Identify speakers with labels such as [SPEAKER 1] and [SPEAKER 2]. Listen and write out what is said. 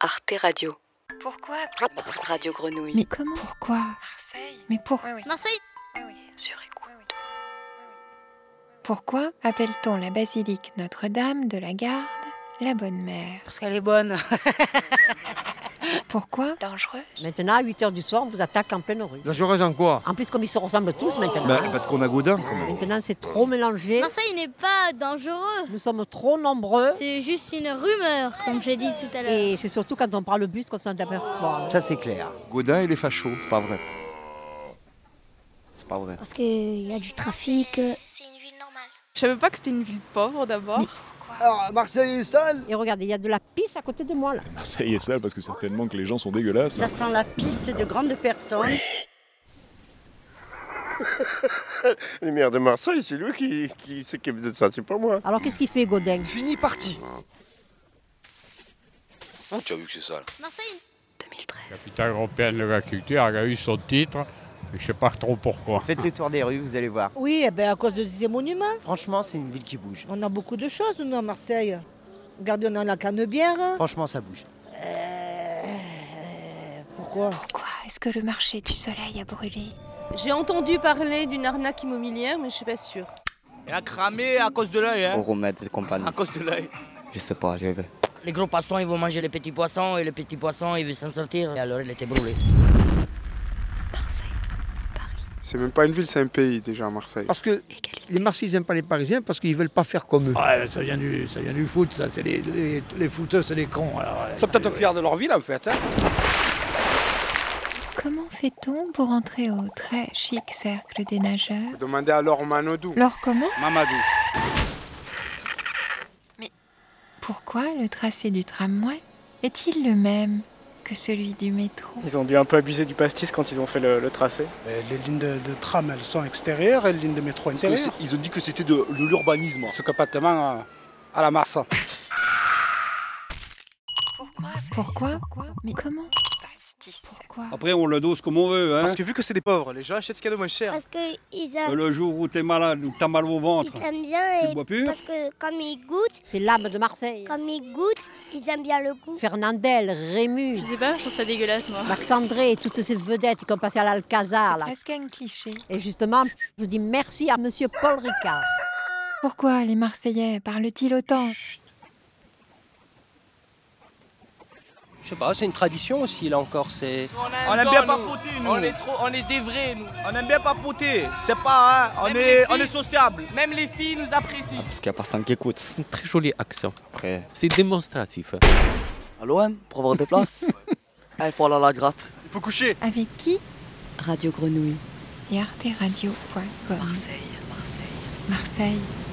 [SPEAKER 1] Arte Radio.
[SPEAKER 2] Pourquoi
[SPEAKER 1] Radio Grenouille.
[SPEAKER 3] Mais comment
[SPEAKER 4] Pourquoi
[SPEAKER 2] Marseille
[SPEAKER 4] Mais pour-
[SPEAKER 2] Oui, oui,
[SPEAKER 5] Marseille
[SPEAKER 2] oui, oui.
[SPEAKER 1] Sur écoute.
[SPEAKER 2] oui, oui.
[SPEAKER 4] Pourquoi appelle-t-on la basilique Notre-Dame de la Garde la Bonne Mère
[SPEAKER 6] Parce qu'elle est bonne.
[SPEAKER 4] Pourquoi
[SPEAKER 2] Dangereux
[SPEAKER 7] Maintenant, à 8h du soir, on vous attaque en pleine rue.
[SPEAKER 8] Dangereuse en quoi
[SPEAKER 7] En plus, comme ils se ressemblent tous maintenant,
[SPEAKER 9] Bah, parce qu'on a Gaudin quand même.
[SPEAKER 7] maintenant c'est trop mélangé.
[SPEAKER 5] Marseille n'est pas dangereux.
[SPEAKER 7] Nous sommes trop nombreux.
[SPEAKER 5] C'est juste une rumeur, comme j'ai dit tout à l'heure.
[SPEAKER 7] Et c'est surtout quand on prend le bus qu'on s'en aperçoit.
[SPEAKER 9] Ça c'est clair. Gaudin et les fachos. C'est pas vrai. C'est pas vrai.
[SPEAKER 10] Parce qu'il y a du trafic.
[SPEAKER 5] C'est une ville normale.
[SPEAKER 11] Je savais pas que c'était une ville pauvre d'abord.
[SPEAKER 8] Alors, Marseille est sale
[SPEAKER 7] Et regardez, il y a de la pisse à côté de moi là.
[SPEAKER 12] Marseille est sale parce que certainement que les gens sont dégueulasses.
[SPEAKER 3] Ça sent la pisse de grandes personnes.
[SPEAKER 13] Le maire de Marseille, c'est lui qui, qui s'occupe de ça, c'est pas moi.
[SPEAKER 7] Alors qu'est-ce qu'il fait Godin
[SPEAKER 8] Fini parti
[SPEAKER 9] Où tu as vu que c'est sale
[SPEAKER 5] Marseille
[SPEAKER 1] 2013.
[SPEAKER 12] Capitale européenne de la culture, elle a eu son titre. Je sais pas trop pourquoi.
[SPEAKER 13] Faites le tour des rues, vous allez voir.
[SPEAKER 3] Oui, eh ben, à cause de ces monuments.
[SPEAKER 13] Franchement, c'est une ville qui bouge.
[SPEAKER 3] On a beaucoup de choses, nous, à Marseille. Regardez, on a la canebière.
[SPEAKER 13] Franchement, ça bouge.
[SPEAKER 3] Euh, Pourquoi
[SPEAKER 4] Pourquoi est-ce que le marché du soleil a brûlé
[SPEAKER 11] J'ai entendu parler d'une arnaque immobilière, mais je suis pas sûre.
[SPEAKER 13] Elle a cramé à cause de l'œil, hein
[SPEAKER 9] remède et compagnie.
[SPEAKER 13] cause de l'œil.
[SPEAKER 9] Je sais pas, j'ai vu.
[SPEAKER 3] Les gros poissons, ils vont manger les petits poissons, et les petits poissons, ils veulent s'en sortir. Et alors, il était brûlé.
[SPEAKER 1] Marseille. Paris.
[SPEAKER 8] C'est même pas une ville, c'est un pays déjà, Marseille.
[SPEAKER 13] Parce que
[SPEAKER 1] Égalité.
[SPEAKER 13] les Marseillais n'aiment pas les Parisiens parce qu'ils veulent pas faire comme eux.
[SPEAKER 12] Ouais, ça vient du, ça vient du foot, ça. C'est les, les, les footeux, c'est des cons. Alors,
[SPEAKER 13] Ils sont peut-être fiers de leur ville en fait.
[SPEAKER 4] Comment fait-on pour entrer au très chic cercle des nageurs
[SPEAKER 8] Demandez à Laure Manodou.
[SPEAKER 4] Lors comment
[SPEAKER 13] Mamadou.
[SPEAKER 4] Pourquoi le tracé du tramway est-il le même que celui du métro
[SPEAKER 13] Ils ont dû un peu abuser du pastis quand ils ont fait le, tracé.
[SPEAKER 12] Euh, Les lignes de, tram, elles sont extérieures et les lignes de métro
[SPEAKER 9] Ils ont dit que c'était de, de l'urbanisme.
[SPEAKER 13] Ce
[SPEAKER 8] euh,
[SPEAKER 13] capatement à la Marseille.
[SPEAKER 2] Pourquoi
[SPEAKER 4] Pourquoi Mais comment
[SPEAKER 2] Pastis.
[SPEAKER 4] Pourquoi
[SPEAKER 12] Après, on le dose comme on veut. hein.
[SPEAKER 8] Parce que vu que c'est des pauvres, les gens achètent ce qu'il y a de moins cher.
[SPEAKER 10] Parce qu'ils aiment,
[SPEAKER 12] Le jour où t'es malade, où t'as mal au ventre,
[SPEAKER 10] ils aiment bien et
[SPEAKER 12] bois plus.
[SPEAKER 10] parce que comme ils goûtent,
[SPEAKER 7] C'est l'âme de Marseille.
[SPEAKER 10] comme ils goûtent, ils aiment bien le goût.
[SPEAKER 7] Fernandel, Rému,
[SPEAKER 11] Je sais pas, je trouve ça dégueulasse moi.
[SPEAKER 7] Max-André et toutes ces vedettes qui ont passé à l'Alcazar
[SPEAKER 4] C'est
[SPEAKER 7] là.
[SPEAKER 4] presque un cliché.
[SPEAKER 7] Et justement, je vous dis merci à monsieur Paul Ricard.
[SPEAKER 4] Pourquoi les Marseillais parlent-ils autant
[SPEAKER 13] Je sais pas, c'est une tradition aussi là encore. C'est.
[SPEAKER 3] On,
[SPEAKER 13] On aime bien papoter nous. On est,
[SPEAKER 3] trop, on est des vrais, nous.
[SPEAKER 13] bien papoter. C'est pas, hein. On
[SPEAKER 3] Même les
[SPEAKER 13] est,
[SPEAKER 3] filles.
[SPEAKER 13] on est sociable.
[SPEAKER 3] Même les filles nous apprécient.
[SPEAKER 9] Parce qu'il y a personne qui écoute. C'est une très jolie action. Après.
[SPEAKER 13] C'est démonstratif.
[SPEAKER 9] À l'OM, pour avoir des places. Il faut aller à la gratte.
[SPEAKER 8] Il faut coucher.
[SPEAKER 4] Avec qui
[SPEAKER 1] Radio Grenouille.
[SPEAKER 4] Et arteradio.com.
[SPEAKER 1] Marseille. Marseille.
[SPEAKER 4] Marseille.